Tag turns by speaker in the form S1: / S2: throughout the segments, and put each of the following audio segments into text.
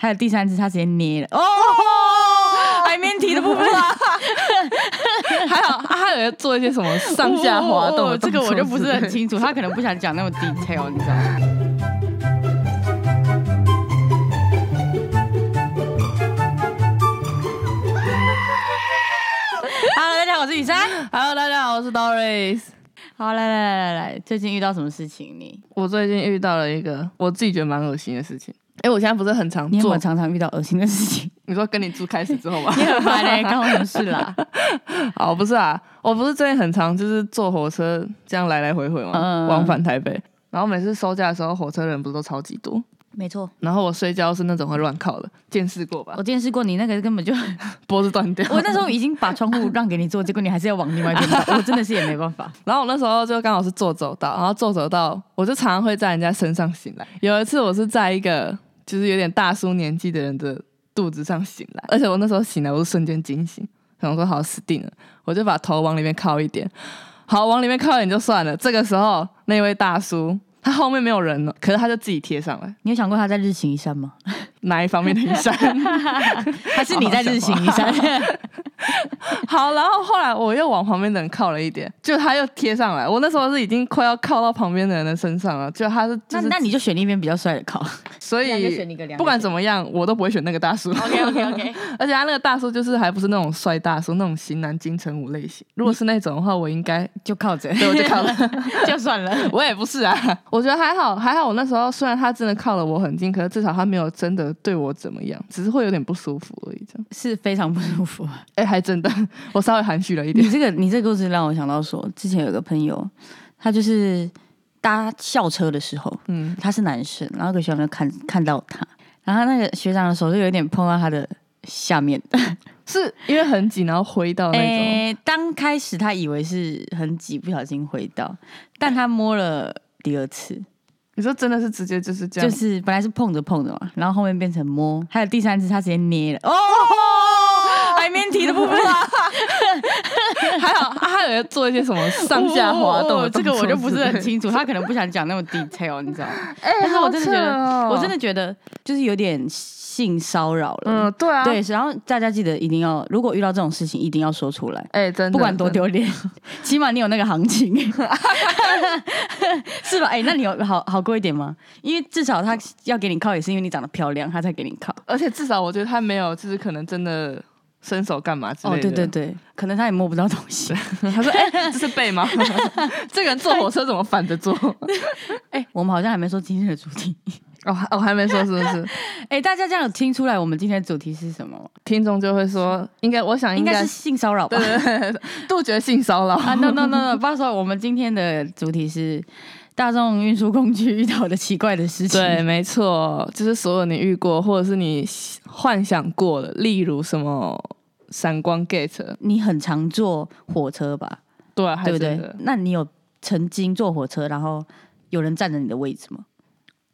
S1: 还有第三次他直接捏了哦，
S2: 哦
S1: 海绵体的部分
S2: 还好，啊还有做一些什么上下滑
S1: 哦哦
S2: 动的
S1: 哦这个我就
S2: 动
S1: 不
S2: 作
S1: 是很
S2: 之类的
S1: 清楚，他可能不想讲那么 detail，你知道吗？Hello，大家好，我是雨珊。
S2: Hello，大家好，我是 Doris。
S1: 好，来来来来来，最近遇到什么事情你？
S2: 我最近遇到了一个我自己觉得蛮恶心的事情。哎、我现在不是很常
S1: 你有没
S2: 做
S1: 有，常常遇到恶心的事情？
S2: 你说 跟你住开始之后吧
S1: ？你很烦嘞、欸，干我什么事啦？
S2: 好，不是啊，我不是最近很常就是坐火车这样来来回回嘛，
S1: 嗯
S2: 往返台北。然后每次收假的时候，火车人不是都超级多。
S1: 没错，
S2: 然后我睡觉是那种会乱靠的，见识过吧
S1: 我？见识过你那个根本就，
S2: 脖子断掉
S1: 。我那时候已经把窗户让给你坐，结果你还是要往另外一边走，我真的是也没办法。
S2: 然后我那时候就刚好是坐走道，然后坐走道，我就常常会在人家身上醒来。有一次我是在一个就是有点大叔年纪的人的肚子上醒来，而且我那时候醒来，我是瞬间惊醒，想说好死定了，我就把头往里面靠一点，好往里面靠一点就算了。这个时候那位大叔他后面没有人了，可是他就自己贴 上来，
S1: 你有想过他在日行一善 吗？
S2: 哪一方面的雨伞？
S1: 还哦是你在日行一善？
S2: 好，然后后来我又往旁边的人靠了一点，就他又贴上来。我那时候是已经快要靠到旁边的人的身上了，就他是就
S1: 那
S2: 是
S1: 那你就选一边比较帅的考。
S2: 所
S1: 那就选
S2: 以
S1: 一个两个
S2: 不 管怎么样，我都不会选那个大叔。
S1: OK OK OK，
S2: 而且他那个大叔就是还不是那种帅大叔，那种型男金城武类型。如果是那种的话，我 应该
S1: 就靠着，
S2: 对我就靠了。
S1: 就算了。
S2: 我也不是啊，我觉得还好，还好。我那时候虽然他真的靠了我很近，可是至少他没有真的对我怎么样，只是会有点不舒服而已。这样，
S1: 是非常不舒 服。
S2: 哎、还真的，我稍微含蓄了 一点
S1: 你。这个你这个故事让我想到说，之前有个朋友，他就是搭校车的时候，
S2: 嗯，
S1: 他是男生，然后有个学长就看看到他，然后他那个学长的手就有点碰到他的下面。
S2: 是因为很紧，然后回到那种。
S1: 诶、刚开始他以为是很挤，不小心回到，但他摸了第二次，
S2: 你说真的是直接就是这样，
S1: 就是本来是碰着碰着嘛，然后后面变成摸，还有第三次他直接捏了，哦，哦海绵体的部分啊
S2: 还好啊还有做一些什么上下滑动啊的
S1: 哦这个我就不是很
S2: 清。
S1: 清楚，他可能不想讲那么 detail，你知道吗？
S2: 哎、
S1: 但是我真的觉得，
S2: 好扯哦
S1: 我真的觉得就是有点性骚扰了，
S2: 嗯，对啊，
S1: 对，然后大家记得一定要，如果遇到这种事情一定要说出来。
S2: 哎、真的，
S1: 不管多
S2: 真的，
S1: 丢脸， 起码你有那个行 情，是吧？哎、那你有好好过一点吗？因为至少他要给你靠，也是因为你长得漂亮，他才给你靠。
S2: 而且至少我觉得他没有，就是可能真的伸手干嘛之类
S1: 哦，
S2: 的。
S1: 对对对，可能他也摸不到东 西。
S2: 对，他说：“哎、这是背 吗？这个人坐火车怎么反着坐？”
S1: 哎、我们好像还没说今天的主题。
S2: 哦，还哦，还没说是不是？
S1: 哎、大家这样有听出来我们今天的主题是什么吗？
S2: 听众就会说，应该，我想
S1: 应
S2: 应
S1: 该
S2: 该
S1: 是性骚扰吧
S2: 对？对对，杜绝性骚扰。
S1: 啊，no no no no，不要说我们今天的主题是大众运输工具遇到的奇怪的事情。
S2: 对，没错，就是所有你遇过或者是你幻想过的，例如什么闪光 gate，
S1: 你很常坐火车吧？
S2: 对啊，还
S1: 对不
S2: 真
S1: 对
S2: 的？
S1: 那你有曾经坐火车，然后有人占着你的位置吗？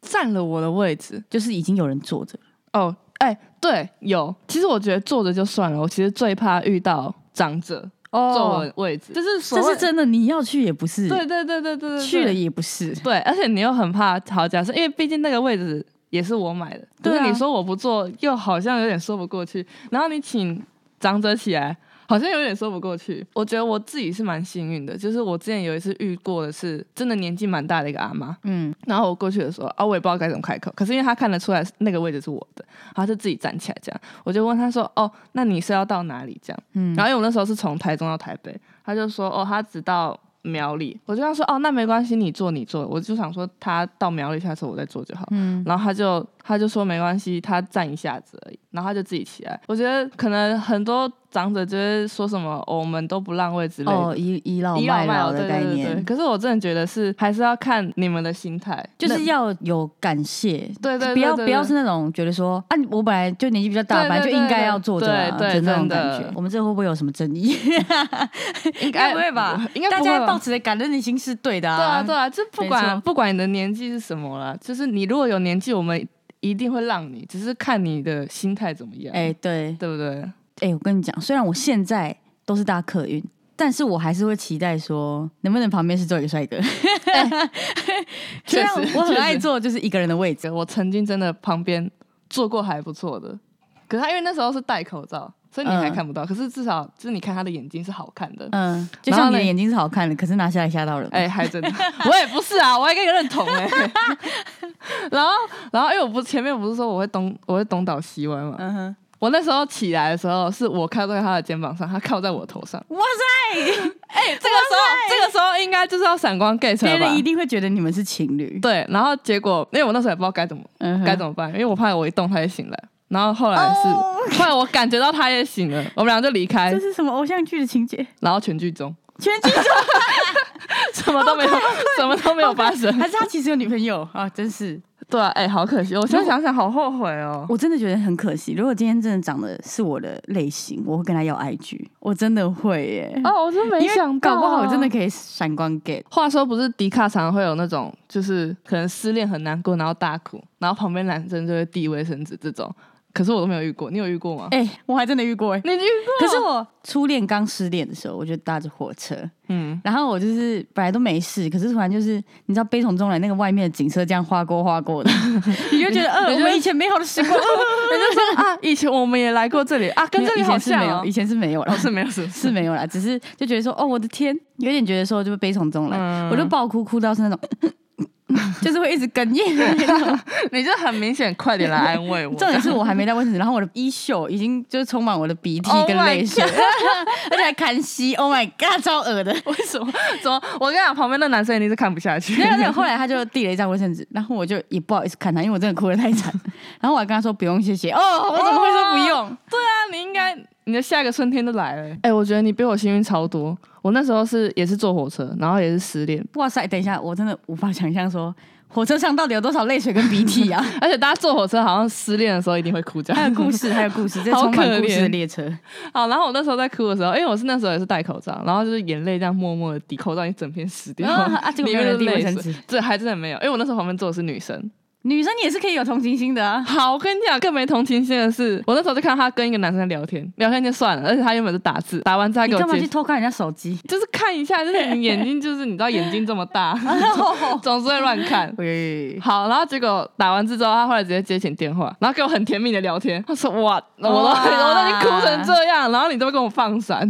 S2: 占了我的位置。
S1: 就是已经有人坐着了，
S2: 哦，哎、对，有。其实我觉得坐着就算了，我其实最怕遇到长者坐我的位置，就是哦所
S1: 这
S2: 谓
S1: 是真的，你要去也不是，
S2: 对对对对对对，
S1: 去了
S2: 对
S1: 也不是，
S2: 对，而且你又很怕好假设，因为毕竟那个位置也是我买的，可
S1: 对啊
S2: 是你说我不坐，又好像有点说不过去，然后你请长者起来。好像有点说不过去，我觉得我自己是蛮幸运的，就是我之前有一次遇过的是真的年纪蛮大的一个阿妈，
S1: 嗯，
S2: 然后我过去的时候，啊，我也不知道该怎么开口。可是因为他看得出来那个位置是我的，然后他就自己站起来这样。我就问他说：“哦，那你是要到哪里？”这样。
S1: 嗯
S2: 然后因为我那时候是从台中到台北，他就说：“哦，他只到苗栗。”我就跟他说：“哦，那没关系，你坐你坐。”我就想说他到苗栗，下次我再坐就好。
S1: 嗯
S2: 然后他就他就说没关系，他站一下子而已，然后他就自己起来。我觉得可能很多长者就是说什么、哦我们都不让位之类的，
S1: 哦，倚倚老
S2: 倚
S1: 卖老
S2: 对
S1: 的
S2: 对
S1: 概
S2: 对对
S1: 念，
S2: 可是我真的觉得是还是要看你们的心态，
S1: 就是
S2: 那
S1: 要有感谢，
S2: 对对对
S1: 不要
S2: 对
S1: 不要
S2: 对
S1: 是那种觉得说啊，我本来就年纪比较大，
S2: 对对
S1: 本来就应该要坐着啊
S2: 对
S1: 的
S2: 对
S1: 那种
S2: 真的
S1: 感觉。我们这会不会有什么争议？
S2: 应
S1: 该 不会吧？
S2: 应该
S1: 大
S2: 不会
S1: 家
S2: 吧
S1: 抱持的感恩的心是对的
S2: 对啊
S1: 啊，
S2: 对啊，就不
S1: 没
S2: 管
S1: 错
S2: 不管你的年纪是什么啦，就是你如果有年纪，我们一定会让你，只是看你的心态怎么样，
S1: 哎对，
S2: 对不对？
S1: 哎、我跟你讲，虽然我现在都是搭客运，但是我还是会期待说，能不能旁边是坐一个帅哥？虽然
S2: 确实
S1: 我很爱
S2: 哎确实
S1: 坐就是一个人的位置，
S2: 我曾经真的旁边做过还不错的。可是他因为那时候是戴口罩，所以你还
S1: 嗯
S2: 看不到。可是至少就是你看他的眼睛是好看的。
S1: 嗯，就
S2: 然
S1: 像
S2: 后
S1: 你的
S2: 嘞
S1: 眼睛是好看的，可是拿下来吓到人。
S2: 哎、还真的， 我也不是啊，我也跟你认同哎、 然后，然后，因为我不是前面不是说我会东我会东倒西歪嘛，
S1: 嗯哼，
S2: 我那时候起来的时候，是我靠在他的肩膀上，他靠在我头上。
S1: 哇 塞，
S2: 这个时候，这个时候应该就是要闪光 get
S1: 别
S2: 了吧
S1: 人一？定会觉得你们是情侣。
S2: 对，然后结果，因为我那时候也不知道该怎么
S1: 嗯哼，
S2: 该怎么办，因为我怕我一动他也醒来。然后后来是，
S1: 哦
S2: 后来我感觉到他也醒了，我们俩就离开
S1: 这，是什么偶像剧的情节？
S2: 然后全剧终，
S1: 全剧 终，
S2: 什么 都没有，什么都没有发生。
S1: 还是他其实有女朋友啊？真是，
S2: 对啊，哎、好可惜，我现在想想好后悔哦。
S1: 我真的觉得很可惜。如果今天真的长得是我的类型，我会跟他要 IG，我真的会耶。
S2: 哦，我真没
S1: 因为
S2: 想到啊、
S1: 搞不好我真的可以闪光 get。
S2: 话说，不是迪卡常常会有那种，就是可能失恋很难过，然后大哭，然后旁边男生就会递卫生纸这种，可是我都没有遇过，你有遇过吗？
S1: 哎、我还真的遇过哎、
S2: 你遇
S1: 可
S2: 过？
S1: 是我初恋刚失恋的时候，我就搭着火车，
S2: 嗯，
S1: 然后我就是本来都没事，可是突然就是你知道悲从中来，那个外面的景色这样划过划 过的，你就觉得呃，
S2: 你
S1: 我
S2: 就
S1: 们以前美好的时光，
S2: 人家说啊， 以前我们也来过这里啊，跟
S1: 没
S2: 这
S1: 有
S2: 里
S1: 以
S2: 好
S1: 前是
S2: 像
S1: 没
S2: 哦
S1: 有，以，前是没有啦
S2: 哦，是没有 是
S1: 是没有啦，只是就觉得说哦，我的天，有点觉得说就是悲从中来，
S2: 嗯
S1: 我就爆哭，哭到是那种 就是会一直哽咽的那种。
S2: 你就很明显，快点来安慰 我。
S1: 重点是我还没带卫生 纸，然后我的衣袖已经就是充满我的鼻涕
S2: Oh
S1: 跟
S2: my
S1: 泪水 而且还看戏。Oh my god，超恶 的。
S2: 为什么？怎么？我跟你讲，旁边那男生一定是看不下去
S1: 没。有没有， 后来他就递了一张卫生纸，然后我就也不好意思看他，因为我真的哭得太 惨。然后我还跟他说不用谢谢，哦，我怎么会说不用？
S2: 对啊，你应该你的下一个春天就来了欸。哎、我觉得你比我幸运超多。我那时候是也是坐火车，然后也是失恋，
S1: 哇塞，等一下，我真的无法想象说火车上到底有多少泪水跟鼻涕啊！
S2: 而且大家坐火车好像失恋的时候一定会哭这
S1: 还
S2: 样。
S1: 有故事，还有故事，这
S2: 好
S1: 充满
S2: 可
S1: 故事的
S2: 怜
S1: 列车。
S2: 好，然后我那时候在哭的时候，因为我是那时候也是戴口罩，然后就是眼泪这样默默的滴，口罩已经整片湿掉，
S1: 啊啊这个
S2: 里面
S1: 没有人
S2: 都是
S1: 递卫
S2: 泪
S1: 生
S2: 水
S1: 纸。
S2: 这还真的没有，因为我那时候旁边坐的是女生。
S1: 女生也是可以有同情心的啊！
S2: 好，我跟你讲，更没同情心的是，我那时候就看到他跟一个男生在聊天，聊天就算了，而且他原本是打字，打完字他
S1: 你
S2: 给我
S1: 干嘛
S2: 截
S1: 去偷看人家手机？
S2: 就是看一下，就是你眼睛，就是你知道眼睛这么 大，
S1: 哦
S2: 总是会乱看。
S1: 喂，
S2: 好，然后结果打完字之后，他后来直接接起电话，然后跟我很甜蜜的聊天。他说：“哇，我都
S1: 哇
S2: 我都已经哭成这样，然后你都跟我放闪。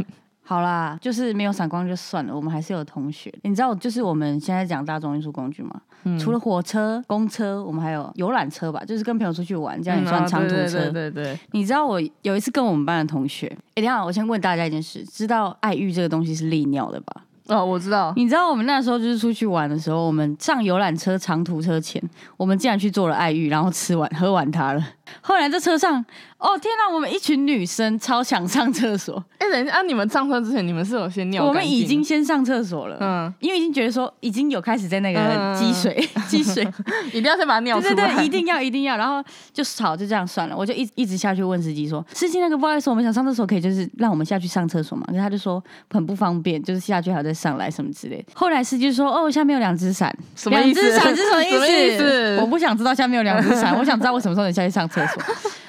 S1: 好啦，就是没有闪光就算了，我们还是有同学。你知道，就是我们现在讲大众运输工具嘛，
S2: 嗯
S1: 除了火车、公车，我们还有游览车吧，就是跟朋友出去玩，这样也算长途车。
S2: 嗯啊对对对对，
S1: 你知道我有一次跟我们班的同学，哎、等一下我先问大家一件事，知道爱玉这个东西是利尿的吧？
S2: 哦，我知道，
S1: 你知道我们那时候就是出去玩的时候，我们上游览车长途车前，我们竟然去做了爱玉，然后吃完喝完它了。 后来在车上，哦天哪，我们一群女生超想上厕所，
S2: 哎、等一下，啊，你们上车之前，你们是有先尿？
S1: 我们已经，先上厕所了。
S2: 嗯，
S1: 因为已经觉得说已经有开始在那个
S2: 嗯
S1: 积 水积水，
S2: 一定要先把它尿
S1: 对
S2: 出
S1: 对
S2: 来。
S1: 对，一定要一定要，然后就吵就这样算了，我就一一直下去问司机说，司机那个不好意思，我们想上厕所，可以就是让我们下去上厕所嘛？可是他就说很不方便，就是下去还要再上来什么之类的。后来司机就说哦，下面有两只伞，
S2: 什么意思
S1: 两只伞是什么意思？
S2: 什么意思
S1: 我不想知道下面有两只 伞，我想知道我什么时候能下去上 厕所。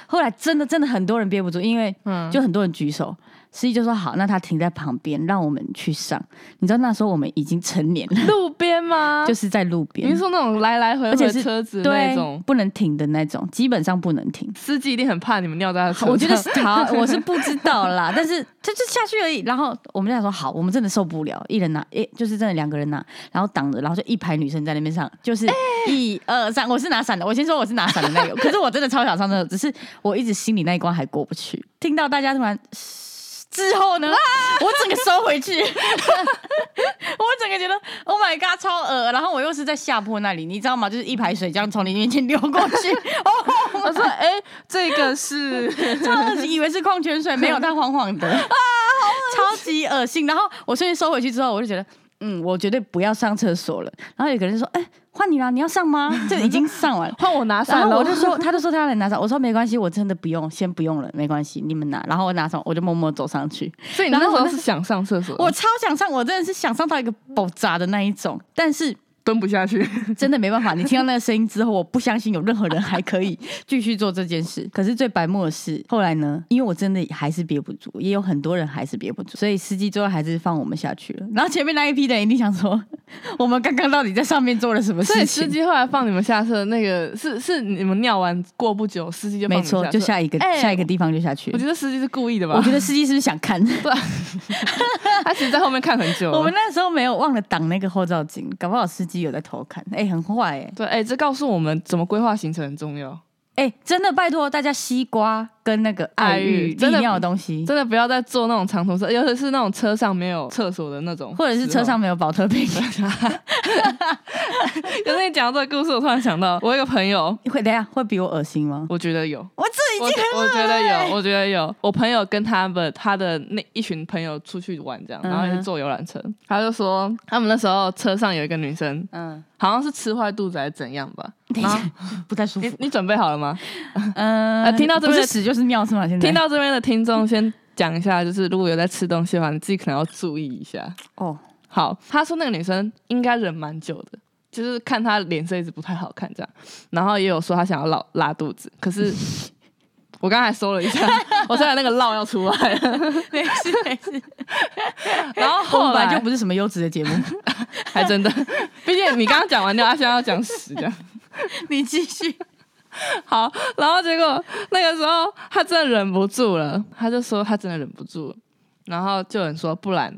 S1: 后来真的真的很多人憋不住，因为
S2: 嗯
S1: 就很多人举手，司机就说好，那他停在旁边，让我们去上。你知道那时候我们已经成年了，
S2: 路边吗？
S1: 就是是在路
S2: 啊你是
S1: 边，
S2: 说那种来来回
S1: 而且
S2: 回
S1: 是
S2: 车子那
S1: 对
S2: 种，，
S1: 不能停的那种，基本上不能停。
S2: 司机一定很怕你们尿在他车 上。
S1: 我觉得是好， 我是不知道啦，但是他就下去而已。然后我们俩说好，我们真的受不了，一人拿，诶、就是真的两个人拿，然后挡着，然后就一排女生在那边上，就是一二三，我是拿伞的，我先说我是拿伞的那个，可是我真的超想上厕所，只是我一直心里那一关还过不去。听到大家突然之后 呢，我整个收回去， 我整个觉得 Oh my God，超恶，然后我又是在下坡那里，你知道吗？就是一排水这样从你面前流过去， 哦。
S2: 我说，哎、这个是。。
S1: 超恶心，以为是矿泉水，没有，它黄黄的啊，超级恶心。然后我瞬间收回去之后，我就觉得。嗯，我绝对不要上厕所了。然后有个人说：“哎、换你啦，你要上吗？”就已经 上完了哦
S2: 换我拿
S1: 然
S2: 伞
S1: 后
S2: 了，
S1: 我就说，他就说他要来拿上，我说没关系，我真的不用，先不用了，没关系，你们拿。然后我拿上，我就默默走上去。
S2: 所以你那时候是想上厕所的？
S1: 我超想上，我真的是想上到一个爆炸的那一种。但是
S2: 蹲 不下去，
S1: 真的没办法。你听到那个声音之后，我不相信有任何人还可 以继续做这件事。可是最白目的是，后来呢，因为我真的还是憋不住，也有很多人还是憋不住，所以司机最后还是放我们下去了。然后前面那一批的人一定想说，我们刚刚到底在上面做了什么
S2: 所以
S1: 事
S2: 司
S1: 情？
S2: 机后来放你们下车，那个是是你们尿完过不久，司机就
S1: 没
S2: 放你们
S1: 错，
S2: 车
S1: 就下一个、
S2: 哎
S1: 下一个地方就下去
S2: 我。觉得司机是故意的吧
S1: 我？觉得司机是不是想看？
S2: 他其实在后面看很久 了。
S1: 我们那时候没有忘了挡那个后照镜，搞不好司机有在偷看。哎、很坏哎、
S2: 对，哎、这告诉我们怎么规划行程很重要。
S1: 哎、真的拜托大家，西瓜跟那个爱
S2: 爱
S1: 玉
S2: 玉真的
S1: 利尿的东西，
S2: 真的不要再坐那种长途车，尤其是那种车上没有厕所的那种，
S1: 或者是哦车上。没有保特瓶，
S2: 就是你讲到这个故事，我突然想到，我有一个朋友，
S1: 会等一下会比我恶心吗？
S2: 我觉得有，
S1: 我这
S2: 我
S1: 已经
S2: 我觉得有，
S1: 欸
S2: 我觉得有。我朋友跟他们他的那一群朋友出去玩，这样，然后
S1: 嗯
S2: 一
S1: 哼
S2: 起坐游览车，他就说他们那时候车上有一个女生，
S1: 嗯，
S2: 好像是吃坏肚子还是怎样吧。
S1: 等一
S2: 然
S1: 下
S2: 后
S1: 不太舒
S2: 你
S1: 服。
S2: 你准备好 了吗？
S1: 嗯、
S2: 呃听到这边
S1: 不是屎就是尿是吗？现在
S2: 听到这边的听众先讲一下，就是如果有在吃东西的话，你自己可能要注意一下。
S1: 哦，
S2: 好，他说那个女生应该忍蛮久的，就是看她脸色一直不太好看这样，然后也有说她想要拉拉肚子，可是 我刚才搜了一下， 我猜那个烙要出来了，
S1: 没事没事，
S2: 然后
S1: 我
S2: 后
S1: 们本来
S2: 来
S1: 就不是什么优质的节目，
S2: 还真的，毕竟你刚刚讲完尿，他现在要讲屎这样。
S1: 你继续。
S2: 好，然后结果那个时候他真的忍不住了，他就说他真的忍不住了，然后就有人说不然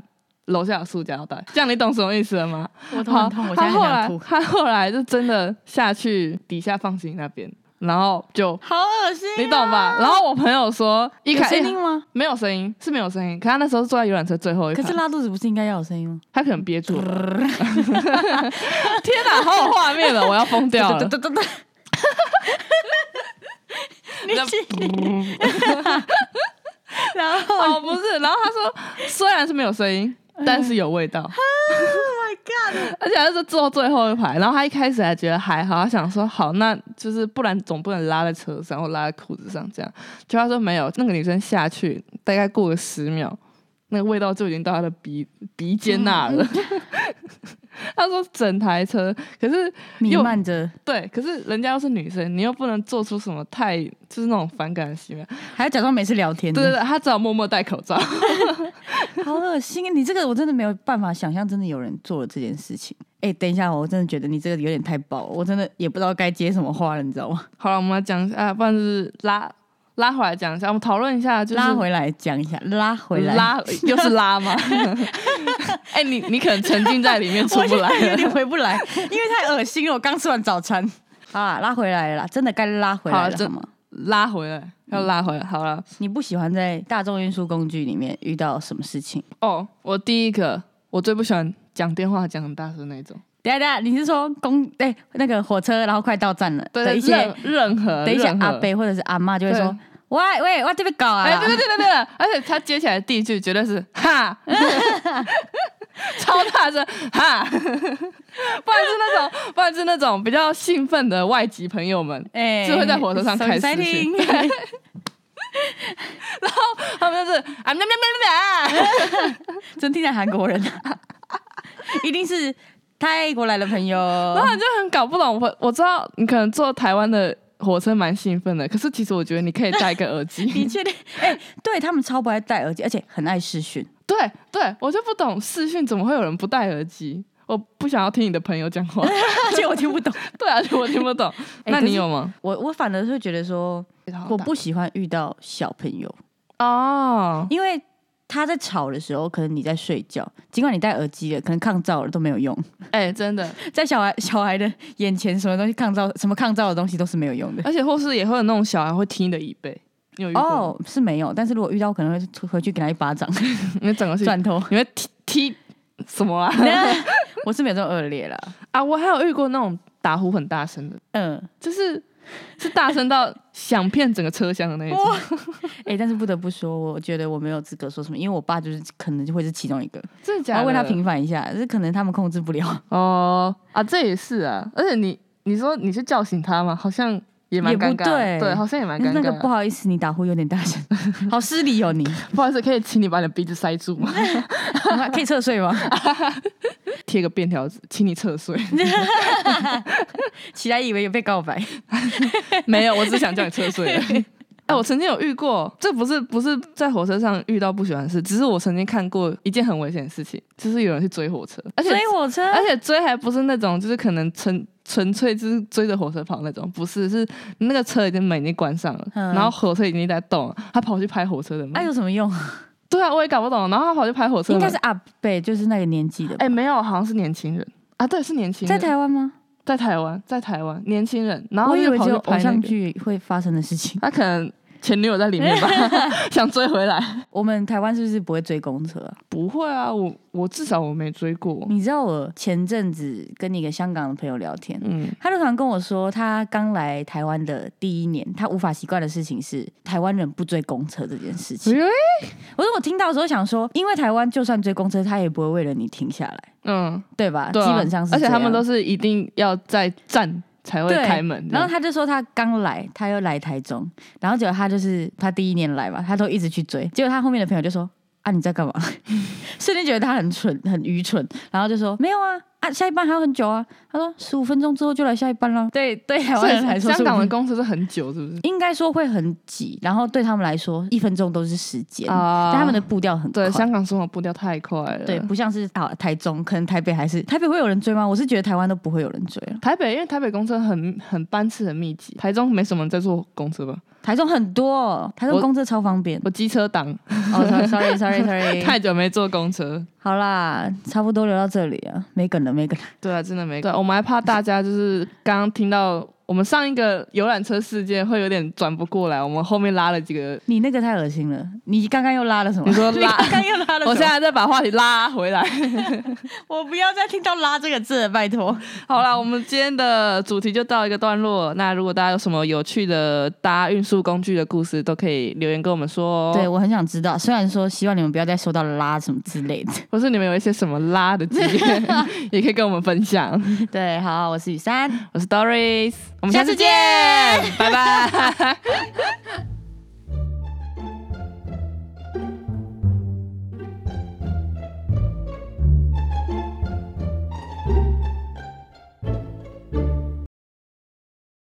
S2: 楼下有塑胶袋，这样你懂什么意思了吗？
S1: 我头
S2: 好，
S1: 很痛，我现
S2: 他
S1: 在很
S2: 后
S1: 想
S2: 来
S1: 吐，
S2: 他后来就真的下去底下放行李那边，然后就
S1: 好恶心、
S2: 你懂？吧？然后我朋友说一
S1: 有
S2: 开
S1: 声
S2: 始
S1: 音吗？
S2: 没有声音，是没有声音，可他那时候坐在游览车最后一
S1: 可
S2: 排，
S1: 是拉肚子不是应该要有声音吗？
S2: 他可能憋住了。 天哪，好有画面了，哦我要疯掉了
S1: 哒。哒哒哒哒 你
S2: 那
S1: 继 续。然后
S2: 哦，不是，然后他说虽然是没有声音，但是有味 道。
S1: 哎 Oh ，My God，
S2: 而且他是坐最后一排，然后他一开始还觉得还好，他想说好，那就是不然总不能拉在车上或拉在裤子上这样。就他说没有，那个女生下去大概过个十秒，那个味道就已经到他的鼻鼻尖那了。
S1: 嗯
S2: 他说整台车，可是
S1: 弥
S2: 又
S1: 漫着，
S2: 对，可是人家又是女生，你又不能做出什么太就是那种反感的行为。
S1: 还要假装没事聊天呢。
S2: 对对对，他只好默默戴口罩。
S1: 好恶心！啊你这个我真的没有办法想象，真的有人做了这件事情。哎、等一下，我真的觉得你这个有点太爆，我真的也不知道该接什么话了，你知道吗？
S2: 好了，我们来讲一下，啊不然就是拉拉回来讲一下，我们讨论一下，就是
S1: 拉回来讲一下，拉回来，
S2: 拉又是拉吗？ 哎、你你可能沉浸在里面出不来
S1: 我现在有
S2: 了。
S1: 点回不 来，因为太恶心了。我刚吃完早餐。好啦，啊拉回来了啦，真的该拉回来
S2: 好
S1: 了，
S2: 了这
S1: 好吗？
S2: 拉回来，要拉回来。好了，
S1: 你不喜欢在大众运输工具里面遇到什么事情？
S2: 哦，我第一个，我最不喜欢讲电话讲很大声那种。
S1: 等一下，等一下，你是说公哎、那个火车，然后快到站了的一些
S2: 任任何
S1: 等一下
S2: 任何
S1: 阿伯或者是阿妈就会说
S2: 对：“
S1: 喂喂，我这边搞啊！”
S2: 哎，对对对对对，而且他接起来的第一句绝对是哈， 超大声哈， 不然是那种，不然是那种比较兴奋的外籍朋友们，
S1: 哎
S2: 就会在火车上
S1: so
S2: 开视讯
S1: exciting
S2: 他们就是啊喵喵喵喵喵，
S1: 真听起来韩国人、 一定是泰国来的朋友。
S2: 然后你就很搞不懂。我我知道你可能坐台湾的火车蛮兴奋的，可是其实我觉得 你可以戴一个耳
S1: 你
S2: 机。
S1: 确定？哎、对他们超不爱戴耳机，而且很爱视 讯。
S2: 对对，我就不懂视讯怎么会有人不戴耳机。我不想要听你的朋友讲 话，
S1: 而且我听不懂。
S2: 对啊，我听不 懂。
S1: 哎可
S2: 那
S1: 是
S2: 你有吗？
S1: 我我反而会觉得说，我不喜欢遇到小朋友，
S2: 哦，
S1: 因为他在吵的时候，可能你在睡觉，尽管你戴耳机了，可能抗噪了都没有用。
S2: 哎、真的，
S1: 在小孩小孩的眼前，什么东西抗噪，什么抗噪的东西都是没有用的。
S2: 而且或是也会有那种小孩会踢你的椅背，你有遇过吗？
S1: 哦，是没有，但是如果遇到，我可能会回去给他一巴掌，
S2: 你会整个去，
S1: 转头。
S2: 你会踢踢什么啊？
S1: 我是没有这么恶劣啦。
S2: 啊，我还有遇过那种打呼很大声的，
S1: 嗯，
S2: 就是是大声到响遍整个车厢的那一种。
S1: 哎、但是不得不说，我觉得我没有资格说什么，因为我爸就是可能就会是其中一个，
S2: 真的假
S1: 我
S2: 的？
S1: 要为他平反一下，这可能他们控制不了，
S2: 哦啊，这也是啊，而且你你说你去叫醒他吗？好像也蛮
S1: 也不
S2: 尴尬的，
S1: 对
S2: 好像也蛮尴
S1: 那
S2: 尬
S1: 个
S2: 的。
S1: 不好意思，你打呼有点大声，好失礼 哦你，
S2: 不好意思，可以请你把你的鼻子塞住吗？
S1: 可以侧睡吗？
S2: 贴个便条纸，请你侧睡。
S1: 起来以为有被告白，
S2: 没有，我只想叫你侧睡而已。哎、我曾经有遇过，这不是不是在火车上遇到不喜欢的事，只是我曾经看过一件很危险的事情，就是有人去追火车，而且
S1: 追火 车，
S2: 而且追还不是那种，就是可能纯纯粹就是追着火车跑那种，不是，是那个车已经门已经关上了，
S1: 嗯
S2: 然后火车已经在动了，他跑去拍火车的门。
S1: 那、啊有什么用？
S2: 对啊，我也搞不懂，然后他跑去拍火车
S1: 应
S2: 的门。
S1: 该是阿贝，就是那个年纪的吧。
S2: 哎、没有，好像是年轻人啊，对，是年轻
S1: 在
S2: 人，
S1: 台湾吗？
S2: 在台湾，在台湾，年轻人，然后
S1: 我
S2: 他
S1: 以
S2: 就
S1: 为
S2: 跑
S1: 只
S2: 去
S1: 有
S2: 拍
S1: 偶
S2: 那
S1: 像
S2: 个，
S1: 剧会发生的事情。
S2: 他可能前女友在里面吧，想追回来。
S1: 我们台湾是不是不会追公车啊、
S2: 不会啊，我我至少我没追过，
S1: 哦你知道我前阵子跟一个香港的朋友聊天，
S2: 嗯，
S1: 他就突然跟我说，他刚来台湾的第一年，他无法习惯的事情是台湾人不追公车这件事情。我说我听到的时候想说，因为台湾就算追公车，他也不会为了你停下来，
S2: 嗯，
S1: 对吧？
S2: 对啊、
S1: 基本上是这
S2: 而
S1: 样，
S2: 且他们都是一定要在站才会
S1: 对
S2: 开门这
S1: 然
S2: 样，
S1: 后他就说他刚来，他又来台中，然后结果他就是他第一年来嘛，他都一直去追，结果他后面的朋友就说啊你在干嘛？ 瞬间觉得他很蠢很愚蠢，然后就说没有啊啊下一班还有很久啊，他说十五分钟之后就来下一班了。对 对，台湾人来说
S2: 所以香港的
S1: 15
S2: 公司是很久，是不是？
S1: 应该说会很挤，然后对他们来说一分钟都是时间，
S2: 啊
S1: 但他们的步调很快。
S2: 对香港生活步调太快了。
S1: 对，不像是啊台中，可能台北还是台北会有人追吗？我是觉得台湾都不会有人追了，
S2: 台北因为台北公车很很班次很密集，台中没什么人在坐公车吧？
S1: 台中很多哦，台中
S2: 我
S1: 公车超方便。
S2: 我机车党
S1: 哦，sorry sorry sorry，
S2: 太久没坐公车，
S1: 好啦，差不多聊到这里啊，没梗了，没梗了。
S2: 对啊，真的没。对，我们还怕大家就是刚刚听到我们上一个游览车事件会有点转不过来，我们后面拉了几个，
S1: 你那个太恶心了，你刚刚又哦拉了什么？
S2: 你说拉
S1: 刚刚又拉了什么？
S2: 我现在再把话题拉回来。
S1: 我不要再听到“拉”这个字了，拜托。
S2: 好啦，我们今天的主题就到一个段落。那如果大家有什么有趣的搭运输工具的故事，都可以留言跟我们说、哦。
S1: 对，我很想知道，虽然说希望你们不要再收到“拉”什么之类的。
S2: 或是你们有一些什么拉的经验，也可以跟我们分享。
S1: 对，好，我是雨珊。
S2: 我是 Doris，我们
S1: 下
S2: 下
S1: 次
S2: 次见，拜拜。